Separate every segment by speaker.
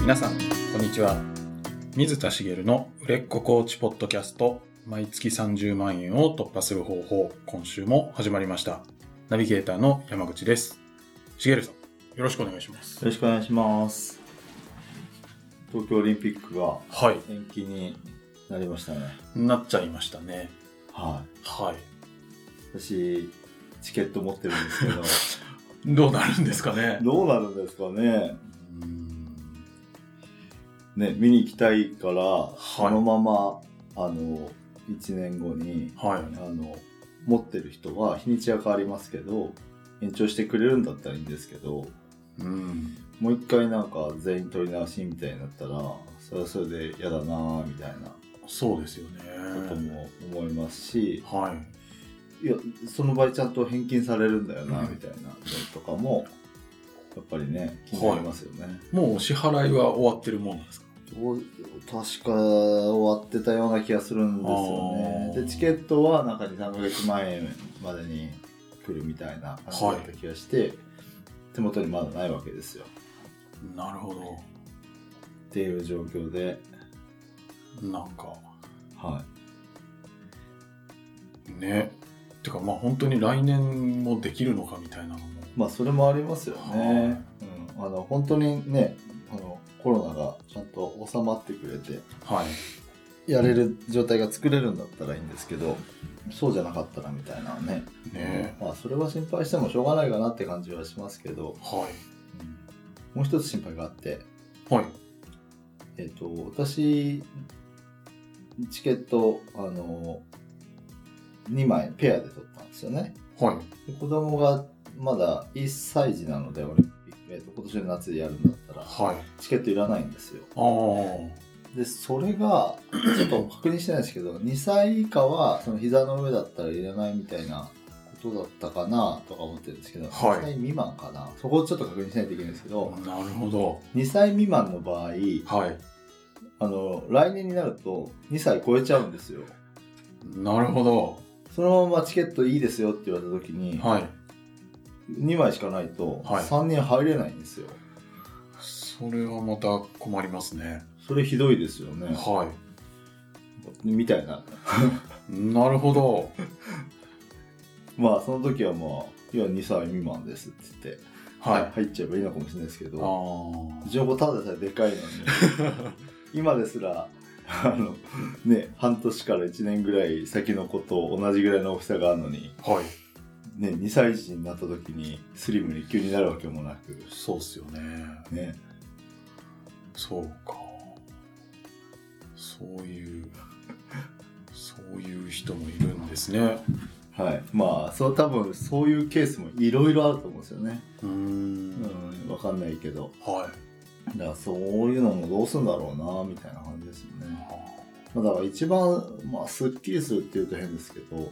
Speaker 1: 皆さん、こんにちは。水田茂の売れっ子コーチポッドキャスト、毎月30万円を突破する方法、今週も始まりました。ナビゲーターの山口です。茂さん、よろしくお願いします。
Speaker 2: よろしくお願いします。東京オリンピックが
Speaker 1: はい。
Speaker 2: 延期になりましたね。
Speaker 1: なっちゃいましたね。
Speaker 2: は
Speaker 1: はい。
Speaker 2: い。私、チケット持ってるんです
Speaker 1: どうなるんですか
Speaker 2: け
Speaker 1: ね
Speaker 2: ど、どうなるんですかね。
Speaker 1: うーん
Speaker 2: ね、見に行きたいから、
Speaker 1: い
Speaker 2: そのまま、あの、1年後に、
Speaker 1: はい
Speaker 2: あ。の、持ってる人は日にちは変わりますけど、延長してくれるんだったらいいんですけど、
Speaker 1: うん。
Speaker 2: もう一回なんか全員取り直しみたいになったら、それはそれで嫌だなぁ、みたいな
Speaker 1: そうですよ
Speaker 2: こと
Speaker 1: ね。
Speaker 2: も思いますし、
Speaker 1: はい。
Speaker 2: いやその場合ちゃんと返金されるんだよな、
Speaker 1: うん
Speaker 2: みたいなのとかもやっぱりね気になりますよね、
Speaker 1: もう支払いは終わってるもんなんですか
Speaker 2: どう確か終わってたような気がするんですよ
Speaker 1: あー
Speaker 2: ねでチケットはなんか23ヶ月前までに来るみたいな感じだった気がして、手元にまだないわけですよ
Speaker 1: なるほど。
Speaker 2: っていう状況で
Speaker 1: なんか、
Speaker 2: は
Speaker 1: ね。てか、まあ本当に来年もできるのかみたいなのも。
Speaker 2: いまあそれもありますよね、うん、あの本当にねあのコロナがちゃんと収まってくれて
Speaker 1: はい。
Speaker 2: やれる状態が作れるんだったらいいんですけどそうじゃなかったらみたいなね
Speaker 1: ね
Speaker 2: まあそれは心配してもしょうがないかなって感じはしますけど、
Speaker 1: は
Speaker 2: もう一つ心配があって、
Speaker 1: い。はい。
Speaker 2: えっと私チケットあの2枚ペアで取ったんですよね
Speaker 1: はい。
Speaker 2: で子供がまだ1歳児なのでオリンピック、えっと今年の夏でやるんだったら
Speaker 1: はい。
Speaker 2: チケットいらないんですよ
Speaker 1: ああ。
Speaker 2: でそれが ちょっと確認してないですけど2歳以下はその膝の上だったらいらないみたいなことだったかなとか思ってるんですけど、
Speaker 1: はい
Speaker 2: 2歳未満かなそこをちょっと確認しないといけないんですけど
Speaker 1: なるほど。
Speaker 2: 2歳未満の場合
Speaker 1: はい。
Speaker 2: あの来年になると2歳超えちゃうんですよ
Speaker 1: なるほど。
Speaker 2: そのままチケットいいですよって言われた時に、
Speaker 1: はい。
Speaker 2: 2枚しかないと
Speaker 1: はい
Speaker 2: 3人入れないんですよ、
Speaker 1: それはまた困りますね。
Speaker 2: それひどいですよね
Speaker 1: は。
Speaker 2: みたいない
Speaker 1: なるほど。
Speaker 2: まあその時はまあいや2歳未満ですって言って、
Speaker 1: はい。
Speaker 2: 入っちゃえばいいのかもしれないですけど
Speaker 1: ああ。
Speaker 2: うちの子ただでさえでかいのに今ですらあのね半年から1年ぐらい先の子と同じぐらいの大きさがあるのに、
Speaker 1: はい。
Speaker 2: ね、2歳児になった時にスリムに急になるわけもなく
Speaker 1: そうっすよね。
Speaker 2: ね
Speaker 1: そうか。そういう、そういう人もいるんですね。
Speaker 2: はいまあそう多分そういうケースもいろいろあると思うんですよね
Speaker 1: うー
Speaker 2: うん
Speaker 1: ん。
Speaker 2: 分かんないけど
Speaker 1: は
Speaker 2: だからそういうのもどうするんだろうなみたいな感じですよ
Speaker 1: い。
Speaker 2: ねまあだから一番まあすっきりするっていうと変ですけど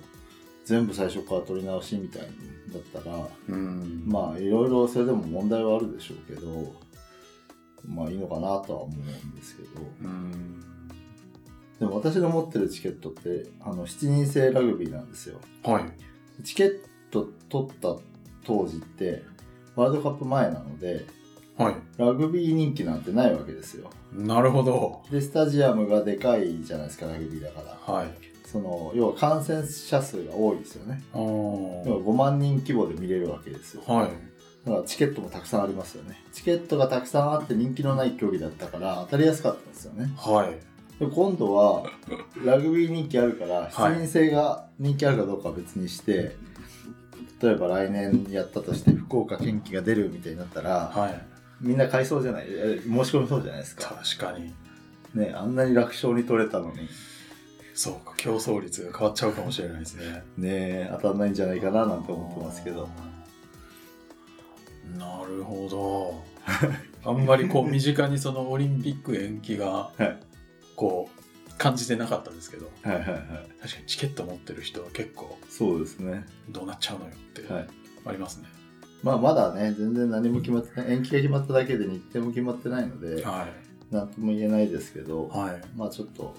Speaker 2: 全部最初から取り直しみたいだったら
Speaker 1: うん。
Speaker 2: まあいろいろそれでも問題はあるでしょうけどまあいいのかなとは思うんですけど
Speaker 1: うん。
Speaker 2: でも私の持ってるチケットってあの7人制ラグビーなんですよ
Speaker 1: はい。
Speaker 2: チケット取った当時ってワールドカップ前なので
Speaker 1: はい。
Speaker 2: ラグビー人気なんてないわけですよ
Speaker 1: なるほど。
Speaker 2: でスタジアムがでかいじゃないですかラグビーだから
Speaker 1: はい。
Speaker 2: その要は感染者数が多いですよね
Speaker 1: ああ。
Speaker 2: 要は5万人規模で見れるわけですよ
Speaker 1: はい。
Speaker 2: だからチケットもたくさんありますよねチケットがたくさんあって人気のない競技だったから当たりやすかったんですよね
Speaker 1: はい。
Speaker 2: で今度はラグビー人気あるから
Speaker 1: はい
Speaker 2: 7人制が人気あるかどうかは別にして、例えば来年やったとして福岡県旗が出るみたいになったら
Speaker 1: はい。
Speaker 2: みんな買いそうじゃないえ申し込みそうじゃないですか、
Speaker 1: 確かに。
Speaker 2: ね、あんなに楽勝に取れたのに
Speaker 1: そうか、競争率が変わっちゃうかもしれないですね。
Speaker 2: ね当たんないんじゃないかななんて思ってますけど
Speaker 1: なるほど。あんまりこう、身近にそのオリンピック延期が
Speaker 2: はい、
Speaker 1: こう、感じてなかったですけど、
Speaker 2: はいはいはい
Speaker 1: 確かにチケット持ってる人は結構、
Speaker 2: そうですね
Speaker 1: どうなっちゃうのよって、
Speaker 2: はい
Speaker 1: ありますね。
Speaker 2: まあまだね全然何も決まってない延期が決まっただけで日程も決まってないので
Speaker 1: は
Speaker 2: 何とも言えないですけど、
Speaker 1: い。はい。
Speaker 2: まあちょっと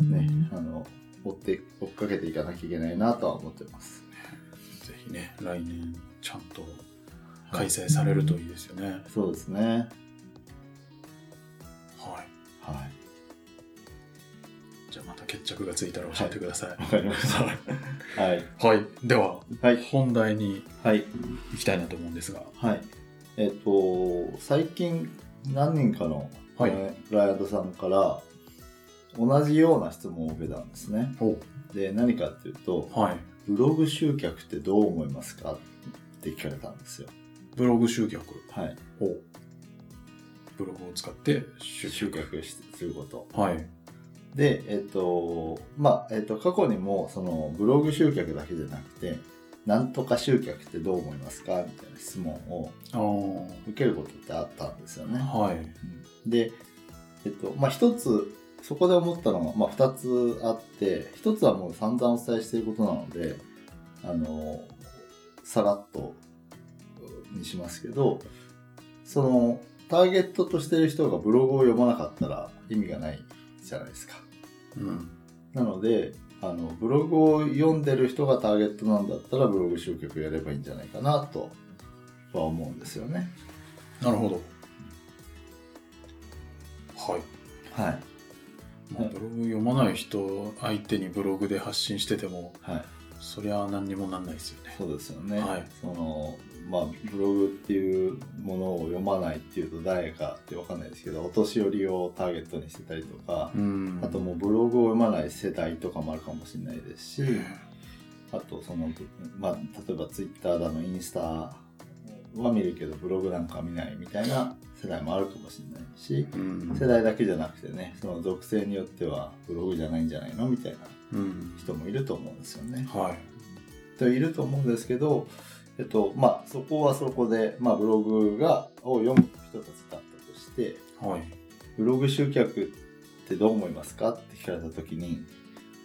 Speaker 2: ね、あの追って追っかけていかなきゃいけないなとは思ってます
Speaker 1: ぜひね、来年、ちゃんと開催されるといいですよね。
Speaker 2: そうですねは
Speaker 1: じゃあまた決着がついたら教えてください。
Speaker 2: いわかりました
Speaker 1: はい
Speaker 2: はい
Speaker 1: い。では、
Speaker 2: はい
Speaker 1: 本題に
Speaker 2: はい
Speaker 1: 行きたいなと思うんですが。
Speaker 2: はいえっ、と最近何人かの
Speaker 1: はい
Speaker 2: えークライアントさんから同じような質問を受けたんですね
Speaker 1: お
Speaker 2: で何かっていうと
Speaker 1: はい。
Speaker 2: ブログ集客ってどう思いますかって聞かれたんですよ
Speaker 1: ブログ集客。
Speaker 2: はい
Speaker 1: おブログを使って集
Speaker 2: 集客してすること
Speaker 1: はい。
Speaker 2: でえっ、とまあ、えっと過去にもそのブログ集客だけじゃなくてなんとか集客ってどう思いますかみたいな質問を
Speaker 1: あー
Speaker 2: 受けることってあったんですよね
Speaker 1: はい。
Speaker 2: で、えっと、まあ、一つ、そこで思ったのが、まあ、二つあって、一つはもう散々お伝えしていることなので、あの、さらっとにしますけど、その、ターゲットとしてる人がブログを読まなかったら意味がないじゃないですか。
Speaker 1: うん。
Speaker 2: なので、あの、ブログを読んでる人がターゲットなんだったら、ブログ集客やればいいんじゃないかなとは思うんですよね。
Speaker 1: なるほど。はい。
Speaker 2: はい。
Speaker 1: まあ、ブログ読まない人相手にブログで発信してても、
Speaker 2: はい。
Speaker 1: そりゃ何にもなんないですよね。
Speaker 2: そうですよね、
Speaker 1: はい
Speaker 2: そのまあ、ブログっていうものを読まないっていうと誰かって分かんないですけどお年寄りをターゲットにしてたりとか、
Speaker 1: うん
Speaker 2: あともうブログを読まない世代とかもあるかもしれないですし、
Speaker 1: うん
Speaker 2: あとその、まあ、例えばツイッターだのインスタは見るけどブログなんか見ないみたいな世代もあるかもしれないし
Speaker 1: うん
Speaker 2: 世代だけじゃなくてねその属性によってはブログじゃないんじゃないのみたいな
Speaker 1: うん
Speaker 2: 人もいると思うんですよね。
Speaker 1: はい
Speaker 2: 人いると思うんですけど、えっとまあ、そこはそこで、まあ、ブログがを読む人たちだったとして
Speaker 1: はい
Speaker 2: ブログ集客ってどう思いますかって聞かれた時に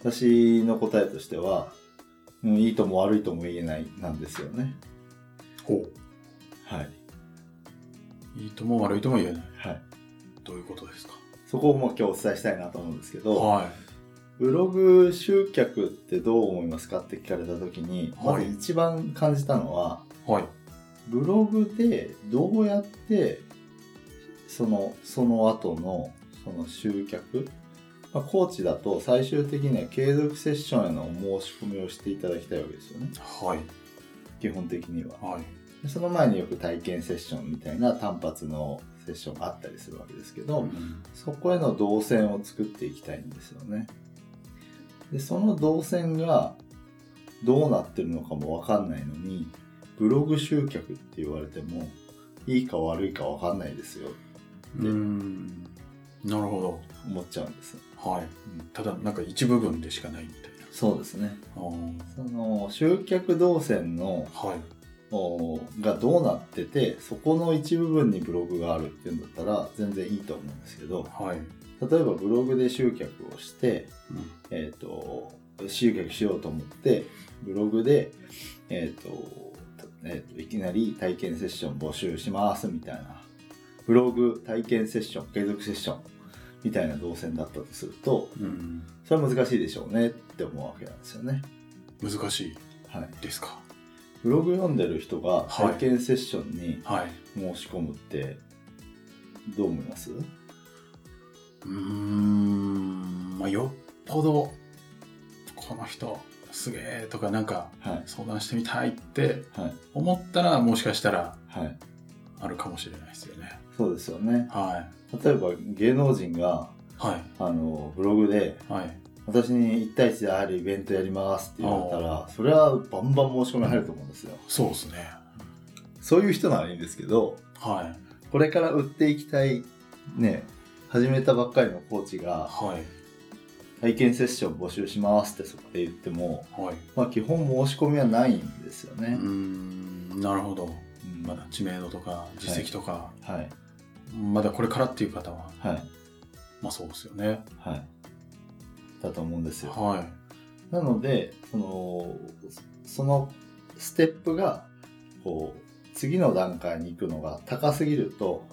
Speaker 2: 私の答えとしては、うん、いいとも悪いとも言えないなんですよね。
Speaker 1: ほ
Speaker 2: はい、
Speaker 1: ういいとも悪いとも言えない
Speaker 2: はい、
Speaker 1: どういうことですか
Speaker 2: そこをもう今日お伝えしたいなと思うんですけど、
Speaker 1: は
Speaker 2: ブログ集客ってどう思いますかって聞かれた時にま
Speaker 1: は
Speaker 2: ず
Speaker 1: い
Speaker 2: 一番感じたのは、
Speaker 1: いはい
Speaker 2: ブログでどうやってそのその後のその集客、まあ、コーチだと最終的には継続セッションへのお申し込みをしていただきたいわけですよね
Speaker 1: はい
Speaker 2: 基本的には
Speaker 1: はい
Speaker 2: でその前によく体験セッションみたいな単発のセッションがあったりするわけですけどそこへの動線を作っていきたいんですよねでその動線がどうなってるのかも分かんないのにブログ集客って言われてもいいか悪いか分かんないですよ
Speaker 1: うんなるほ
Speaker 2: 思っちゃうんです、
Speaker 1: どはいただなんか一部分でしかないみたいな
Speaker 2: そうですね
Speaker 1: あー
Speaker 2: その集客動線の
Speaker 1: はい
Speaker 2: おがどうなっててそこの一部分にブログがあるっていうんだったら全然いいと思うんですけど
Speaker 1: はい
Speaker 2: 例えばブログで集客をして
Speaker 1: うん
Speaker 2: えっ、と、集客しようと思って、ブログで、えっ、と、えーといきなり体験セッション募集しますみたいな、ブログ体験セッション、継続セッションみたいな動線だったとすると、
Speaker 1: うん
Speaker 2: それは難しいでしょうねって思うわけなんですよね。
Speaker 1: 難しい
Speaker 2: はい。
Speaker 1: ですか
Speaker 2: ブログ読んでる人が
Speaker 1: はい
Speaker 2: 体験セッションに
Speaker 1: はい
Speaker 2: 申し込むって、どう思います、
Speaker 1: うーんまあよっぽどこの人すげえとかなんか
Speaker 2: はい。
Speaker 1: 相談してみたいって
Speaker 2: はい。
Speaker 1: 思ったらもしかしたら
Speaker 2: はい。
Speaker 1: あるかもしれないですよね
Speaker 2: そうですよね。
Speaker 1: は
Speaker 2: 例えば芸能人が、
Speaker 1: いはい
Speaker 2: あの、ブログで、
Speaker 1: はい
Speaker 2: 私に1対1であるイベントやりますって言われたらそれはバンバン申し込み入ると思うんですよ
Speaker 1: そうですね
Speaker 2: そういう人ならいいんですけど
Speaker 1: はい
Speaker 2: これから売っていきたいね始めたばっかりのコーチが
Speaker 1: はい
Speaker 2: 体験セッション募集しますってそこで言っても、
Speaker 1: はい
Speaker 2: まあ、基本申し込みはないんですよ
Speaker 1: うー
Speaker 2: ね、
Speaker 1: んなるほど
Speaker 2: うん
Speaker 1: まだ知名度とか実績とか、
Speaker 2: はい
Speaker 1: まだこれからっていう方は
Speaker 2: はい
Speaker 1: まあそうですよね
Speaker 2: はいだと思うんですよ
Speaker 1: は
Speaker 2: なのでそのそのステップがこう次の段階に行くのが高すぎると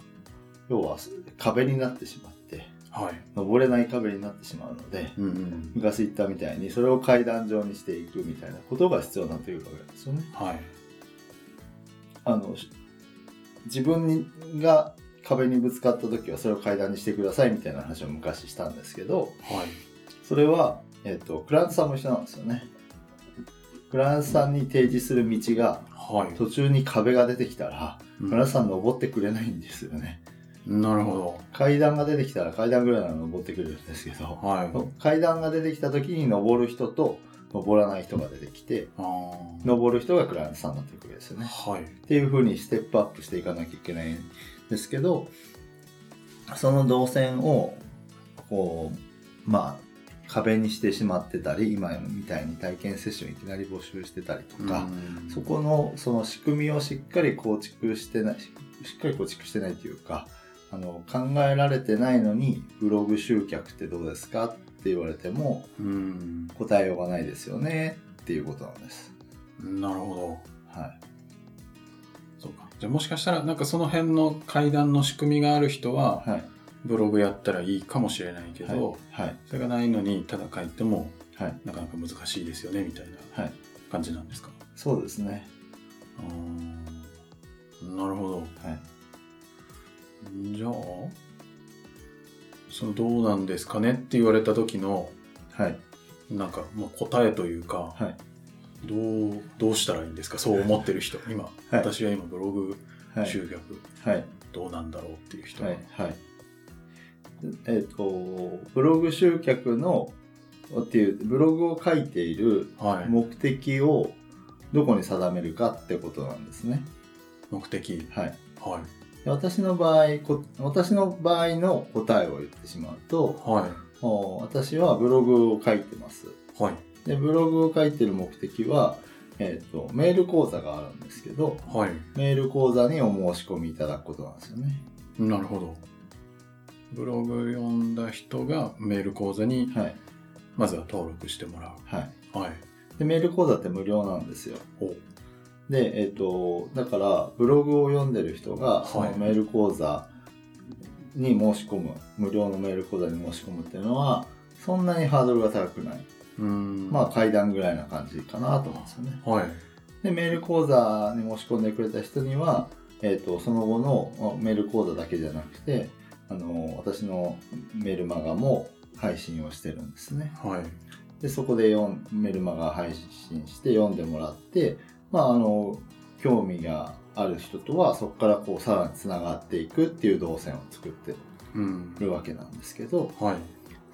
Speaker 2: 要は壁になってしまって
Speaker 1: いはい
Speaker 2: 登れない壁になってしまうので
Speaker 1: うんうん
Speaker 2: 昔言ったみたいにそれを階段状にしていくみたいなことが必要になってくるわけですよね。
Speaker 1: はい
Speaker 2: あのし自分が壁にぶつかった時はそれを階段にしてくださいみたいな話を昔したんですけど
Speaker 1: はい。
Speaker 2: それは、えっとクライアントさんも一緒なんですよねクライアントさんに提示する道が
Speaker 1: はい。
Speaker 2: 途中に壁が出てきたら
Speaker 1: うん
Speaker 2: クライアントさん登ってくれないんですよね
Speaker 1: なるほ
Speaker 2: 階段が出てきたら階段ぐらいなら登ってくれるんですけど
Speaker 1: ど。はい。
Speaker 2: 階段が出てきた時に登る人と登らない人が出てきて
Speaker 1: あー
Speaker 2: 登る人がクライアントさんになっていくわけですよね
Speaker 1: はい。
Speaker 2: っていう風にステップアップしていかなきゃいけないんですけどその動線をこうまあ壁にしてしまってたり今みたいに体験セッションいきなり募集してたりと
Speaker 1: う
Speaker 2: か、
Speaker 1: ん
Speaker 2: そこのその仕組みをしっかり構築してないししっかり構築してないというかあの考えられてないのにブログ集客ってどうですかって言われても
Speaker 1: うん。
Speaker 2: 答えようがないですよねっていうことなんです。
Speaker 1: なるほど。
Speaker 2: はい、
Speaker 1: そうか。じゃあもしかしたら、なんかその辺の階段の仕組みがある人は、
Speaker 2: はい、
Speaker 1: ブログやったらいいかもしれないけど、
Speaker 2: はい、
Speaker 1: それがないのに、ただ書いても、
Speaker 2: はい、
Speaker 1: なかなか難しいですよね、みたいな
Speaker 2: はい、
Speaker 1: 感じなんですか。
Speaker 2: そうですね。
Speaker 1: あーなるほど。
Speaker 2: はい、
Speaker 1: じゃあ、そのどうなんですかねって言われた時の、
Speaker 2: はい、
Speaker 1: なんか、まあ、答えというか、
Speaker 2: はい、
Speaker 1: どう、どうしたらいいんですかそう思ってる人。今、私は今ブログ
Speaker 2: はい、
Speaker 1: 集客
Speaker 2: はい、
Speaker 1: どうなんだろうっていう人。
Speaker 2: はい、はい。えっ、と、ブログ集客のっていう、ブログを書いている
Speaker 1: はい
Speaker 2: 目的をどこに定めるかってことなんですね。
Speaker 1: 目的。
Speaker 2: はい。
Speaker 1: は
Speaker 2: で私の場合こ、私の場合の答えを言ってしまうと、
Speaker 1: い。は
Speaker 2: お私はブログを書いてます。
Speaker 1: い。はい。
Speaker 2: で、ブログを書いてる目的は、えっ、と、メール講座があるんですけど、
Speaker 1: はい。
Speaker 2: メール講座にお申し込みいただくことなんですよね。
Speaker 1: なるほど。ブログ読んだ人がメール講座に
Speaker 2: はい。
Speaker 1: まずは登録してもら
Speaker 2: はい。
Speaker 1: う。はい。
Speaker 2: で、メール講座って無料なんですよ。
Speaker 1: お
Speaker 2: で、えっ、と、だから、ブログを読んでる人が、
Speaker 1: はい
Speaker 2: そのメール講座に申し込む、無料のメール講座に申し込むっていうのは、そんなにハードルが高くない。
Speaker 1: うーん。
Speaker 2: まあ、階段ぐらいな感じかなと思うんですよね。
Speaker 1: あ。はい。
Speaker 2: で、メール講座に申し込んでくれた人には、えっ、と、その後のあメール講座だけじゃなくて、あの、私のメールマガも配信をしてるんですね。
Speaker 1: はい。
Speaker 2: でそこで読んメルマガ配信して読んでもらって、まあ、あの興味がある人とはそこからこうさらにつながっていくっていう動線を作って
Speaker 1: うん。
Speaker 2: るわけなんですけど
Speaker 1: はい。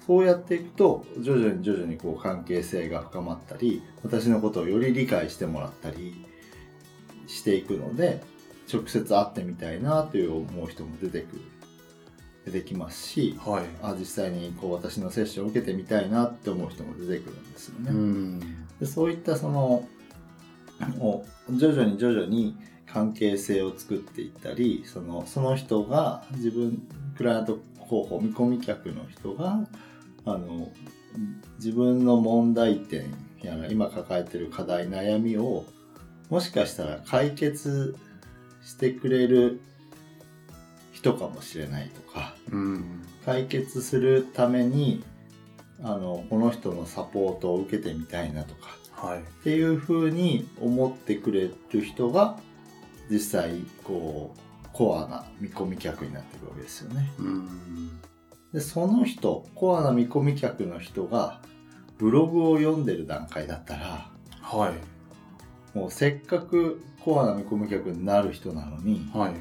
Speaker 2: そうやっていくと徐々に徐々にこう関係性が深まったり私のことをより理解してもらったりしていくので直接会ってみたいなという思う人も出てくる出てきますし
Speaker 1: はい。
Speaker 2: あ実際にこう私のセッションを受けてみたいなって思う人も出てくるんですよね。
Speaker 1: うん。
Speaker 2: でそういったそのお徐々に徐々に関係性を作っていったりそのその人が自分クライアント候補見込み客の人があの自分の問題点やら今抱えてる課題悩みをもしかしたら解決してくれる人かもしれないとか
Speaker 1: うん。
Speaker 2: 解決するためにあのこの人のサポートを受けてみたいなとか
Speaker 1: はい。
Speaker 2: っていうふうに思ってくれる人が実際こうコアな見込み客になっていくわけですよね
Speaker 1: うん。
Speaker 2: でその人コアな見込み客の人がブログを読んでる段階だったら
Speaker 1: はい。
Speaker 2: もうせっかくコアな見込み客になる人なのに
Speaker 1: はい。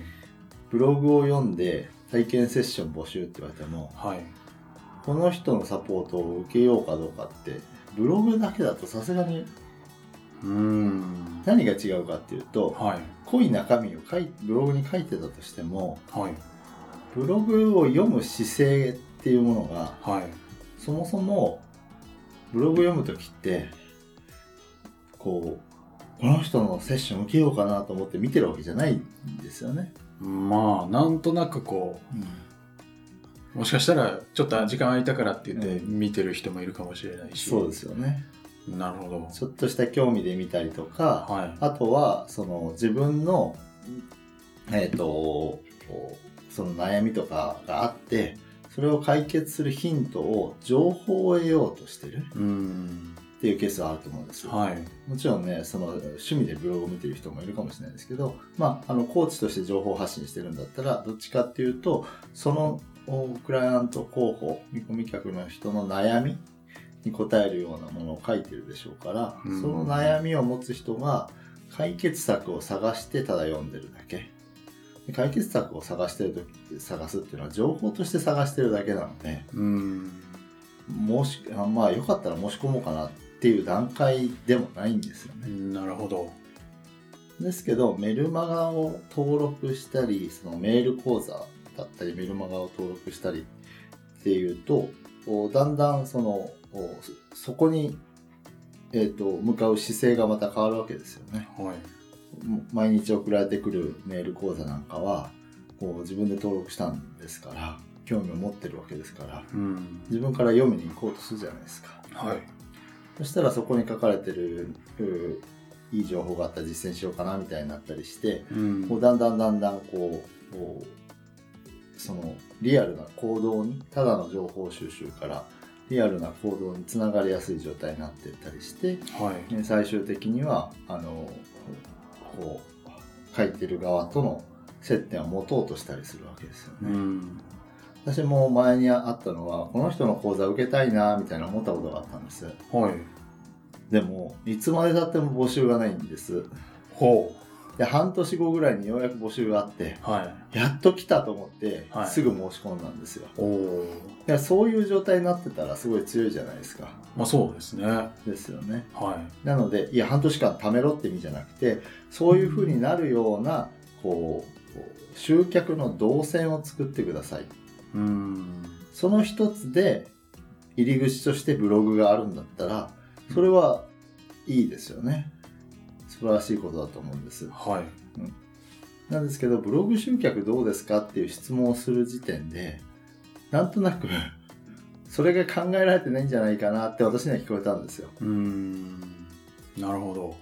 Speaker 2: ブログを読んで体験セッション募集って言われても
Speaker 1: はい。
Speaker 2: この人のサポートを受けようかどうかってブログだけだとさすがに
Speaker 1: うん。
Speaker 2: 何が違うかっていうと、
Speaker 1: はい。
Speaker 2: 濃い中身を書いブログに書いてたとしても
Speaker 1: はい。
Speaker 2: ブログを読む姿勢っていうものが
Speaker 1: はい。
Speaker 2: そもそもブログ読む時ってこうこの人のセッション受けようかなと思って見てるわけじゃないんですよね。
Speaker 1: まあ、なんとなくこう、もしかしたら、ちょっと時間空いたからって言って
Speaker 2: う
Speaker 1: 見てる人もいるかもしれないし。
Speaker 2: そうですよね。
Speaker 1: なるほど。
Speaker 2: ちょっとした興味で見たりとか、
Speaker 1: はい。
Speaker 2: あとはその自分のえっ、とこうその悩みとかがあってそれを解決するヒントを情報を得ようとしてる
Speaker 1: うん。
Speaker 2: っていうケースはあると思うんですよ。
Speaker 1: はい。
Speaker 2: もちろんね、その趣味でブログを見てる人もいるかもしれないですけど、まあ、あの、コーチとして情報発信してるんだったら、どっちかっていうと、そのおクライアント候補、見込み客の人の悩みに答えるようなものを書いてるでしょうから、
Speaker 1: うん
Speaker 2: その悩みを持つ人が解決策を探してただ読んでるだけ。で解決策を探してるとき、探すっていうのは情報として探してるだけなので、
Speaker 1: うん。
Speaker 2: もしあまあよかったら申し込もうかなっていう段階でもないんですよね。
Speaker 1: なるほど。
Speaker 2: ですけどメルマガを登録したりそのメール講座だったりメルマガを登録したりっていうとおだんだんそのおそそこに、えー、と向かう姿勢がまた変わるわけですよね。
Speaker 1: はい。
Speaker 2: 毎日送られてくるメール講座なんかはこう自分で登録したんですから興味を持ってるわけですから
Speaker 1: うん。
Speaker 2: 自分から読みに行こうとするじゃないですか。
Speaker 1: はい。
Speaker 2: そしたらそこに書かれてるうんいい情報があったら実践しようかなみたいになったりして
Speaker 1: うん
Speaker 2: こうだんだんだんだんこうこうそのリアルな行動にただの情報収集からリアルな行動につながりやすい状態になっていったりして
Speaker 1: はい。
Speaker 2: ね最終的にはあのこう書いてる側との接点を持とうとしたりするわけですよね。
Speaker 1: うん。
Speaker 2: 私も前にあったのはこの人の講座受けたいなみたいな思ったことがあったんです。
Speaker 1: はい。
Speaker 2: でも、いつまでたっても募集がないんです。
Speaker 1: ほ
Speaker 2: で、半年後ぐらいにようやく募集があって、
Speaker 1: う。はい。
Speaker 2: やっと来たと思って
Speaker 1: は、い
Speaker 2: すぐ申し込んだんですよ。
Speaker 1: おお。
Speaker 2: いやそういう状態になってたらすごい強いじゃないですか。
Speaker 1: まあそうですね。は
Speaker 2: ですよね。
Speaker 1: い。
Speaker 2: なので、いや、半年間貯めろって意味じゃなくて、そういう風になるような、こう、こう集客の動線を作ってください。
Speaker 1: うん。
Speaker 2: その一つで、入り口としてブログがあるんだったら、それはいいですよね。素晴らしいことだと思うんです。
Speaker 1: はい。
Speaker 2: なんですけど、ブログ集客どうですかっていう質問をする時点で、なんとなく、 それが考えられてないんじゃないかなって私には聞こえたんですよ。
Speaker 1: うん。なるほ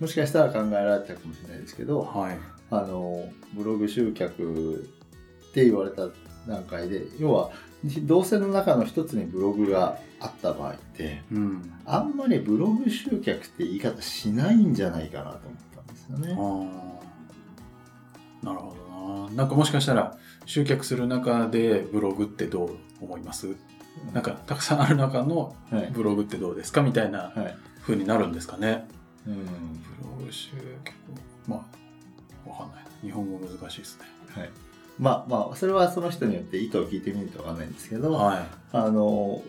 Speaker 2: もしかしたら考えられてたかもしれないですけ
Speaker 1: ど。
Speaker 2: ど、
Speaker 1: はい。
Speaker 2: あの、ブログ集客って言われた段階で、要は、動線の中の一つにブログがあった場合って、
Speaker 1: うん。
Speaker 2: あんまりブログ集客って言い方しないんじゃないかなと思ったんですよね。
Speaker 1: ああ。なるほどな。なんかもしかしたら集客する中でブログってどう思いますなんかたくさんある中の
Speaker 2: はい。
Speaker 1: ブログってどうですかみたいな
Speaker 2: はい。
Speaker 1: 風になるんですかね。
Speaker 2: うん。
Speaker 1: ブログ集客。まあ、わかんない。日本語難しいですね。
Speaker 2: はい、まあまあそれはその人によって意図を聞いてみるとわかんないんですけど、
Speaker 1: は
Speaker 2: あの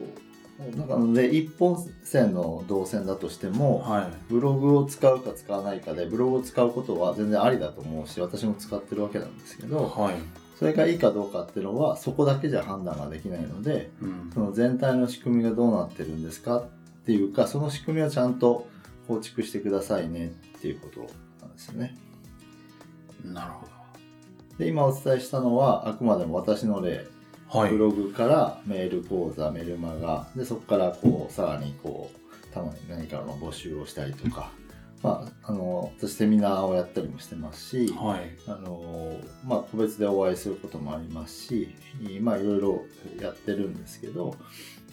Speaker 2: なんかね一本線の動線だとして
Speaker 1: い。
Speaker 2: も、
Speaker 1: は
Speaker 2: ブログを使うか使わないかでブログを使うことは全然ありだと思うし私も使ってるわけなんですけ
Speaker 1: い。
Speaker 2: ど
Speaker 1: はい。
Speaker 2: それがいいかどうかっていうのはそこだけじゃ判断ができないので
Speaker 1: うん
Speaker 2: そ。の全体の仕組みがどうなってるんですかっていうかその仕組みをちゃんと構築してくださいねっていうことなんですよね。
Speaker 1: なるほ
Speaker 2: で今お伝えしたのはあくまでも私の例
Speaker 1: ど。はい
Speaker 2: ブ。ログからメール講座メルマガでそこからこうさらにこうたまに何かの募集をしたりとか、まあ、あの私セミナーをやったりもしてますし、
Speaker 1: はい。
Speaker 2: あのまあ、個別でお会いすることもありますし、まあ、いろいろやってるんですけど、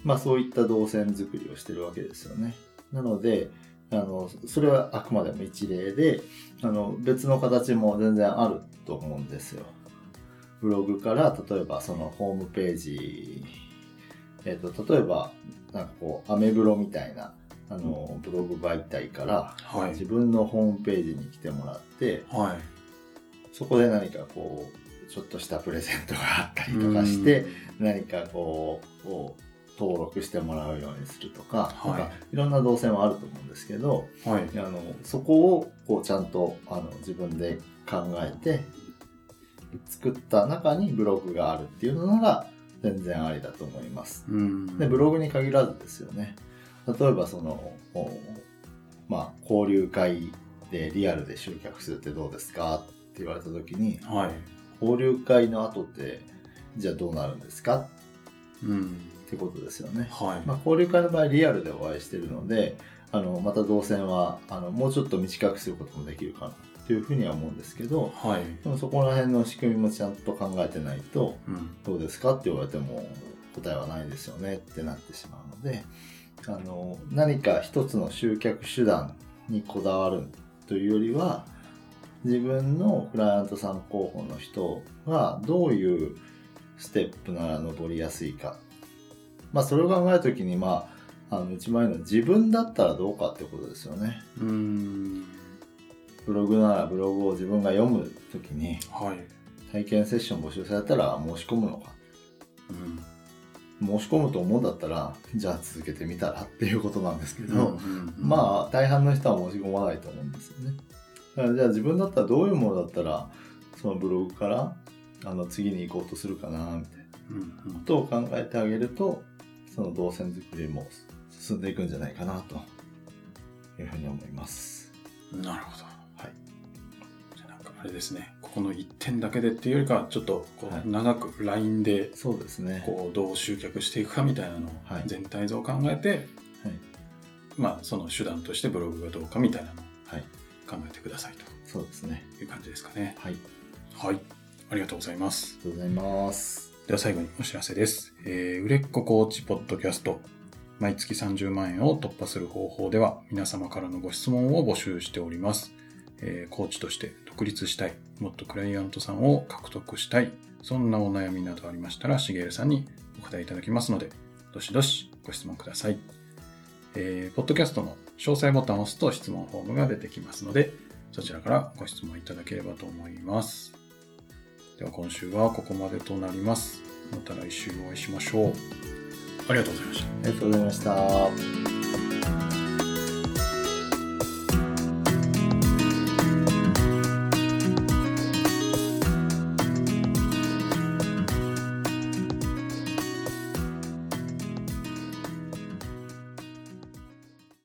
Speaker 2: まあ、そういった動線作りをしてるわけですよね。なのであのそれはあくまでも一例であの別の形も全然あると思うんですよ。ブログから例えばそのホームページ、えっと例えばなんかこうアメブロみたいなあのブログ媒体から
Speaker 1: はい。
Speaker 2: 自分のホームページに来てもらって
Speaker 1: はい。
Speaker 2: そこで何かこう、ちょっとしたプレゼントがあったりとかして、何かこう、こう登録してもらうようにするとか、
Speaker 1: はい
Speaker 2: なんかいろんな動線はあると思うんですけど、
Speaker 1: うん。はい。
Speaker 2: あのそこをこうちゃんとあの自分で考えて、作った中にブログがあるっていうのなら、全然ありだと思います。
Speaker 1: うん。
Speaker 2: でブログに限らずですよね例えばそのおまあ交流会でリアルで集客するってどうですかって言われた時に
Speaker 1: はい。
Speaker 2: 交流会の後ってじゃあどうなるんですか
Speaker 1: うん。
Speaker 2: ってことですよね、
Speaker 1: はい。
Speaker 2: まあ、交流会の場合リアルでお会いしてるのであのまた動線はあのもうちょっと短くすることもできるかなっていうふうには思うんですけど
Speaker 1: はい。
Speaker 2: でもそこら辺の仕組みもちゃんと考えてないと
Speaker 1: うん。
Speaker 2: どうですかって言われても答えはないですよねってなってしまうのであの何か一つの集客手段にこだわるというよりは自分のクライアントさん候補の人がどういうステップなら登りやすいか、まあ、それを考えるときに、まあ、あの一番いいのは自分だったらどうかってことですよね
Speaker 1: うん。
Speaker 2: ブログならブログを自分が読むときに
Speaker 1: はい。
Speaker 2: 体験セッション募集されたら申し込むのか
Speaker 1: うん。
Speaker 2: 申し込むと思うんだったらじゃあ続けてみたらっていうことなんですけど、
Speaker 1: うん
Speaker 2: まあ大半の人は申し込まないと思うんですよね。だからじゃあ自分だったらどういうものだったらそのブログからあの次に行こうとするかなみたいな
Speaker 1: うんうん
Speaker 2: ことを考えてあげるとその動線作りも進んでいくんじゃないかなというふうに思います。
Speaker 1: なるほど。
Speaker 2: はい。
Speaker 1: じゃあなんかあれですね、ここの1点だけでっていうよりかは、ちょっとこ
Speaker 2: はいう
Speaker 1: 長くラインで
Speaker 2: そうですね。
Speaker 1: こうどう集客していくかみたいなのを
Speaker 2: はい
Speaker 1: 全体像を考えて、
Speaker 2: はい
Speaker 1: まあその手段としてブログがどうかみたいなのを
Speaker 2: はい、
Speaker 1: 考えてくださいと
Speaker 2: そうですね。
Speaker 1: いう感じですかね。
Speaker 2: はい、あり
Speaker 1: はい。ありがとうございます。
Speaker 2: がとうございます。
Speaker 1: では最後にお知らせです。えー、売れっ子コーチポッドキャスト。毎月30万円を突破する方法では皆様からのご質問を募集しております。えーコーチとして独立したい。もっとクライアントさんを獲得したい。そんなお悩みなどありましたら、しげるさんにお答えいただきますので、どしどしご質問ください。えーポッドキャストの詳細ボタンを押すと質問フォームが出てきますので、そちらからご質問いただければと思います。では今週はここまでとなります。また来週お会いしましょう。ありがとうございました。
Speaker 2: ありがとうございました。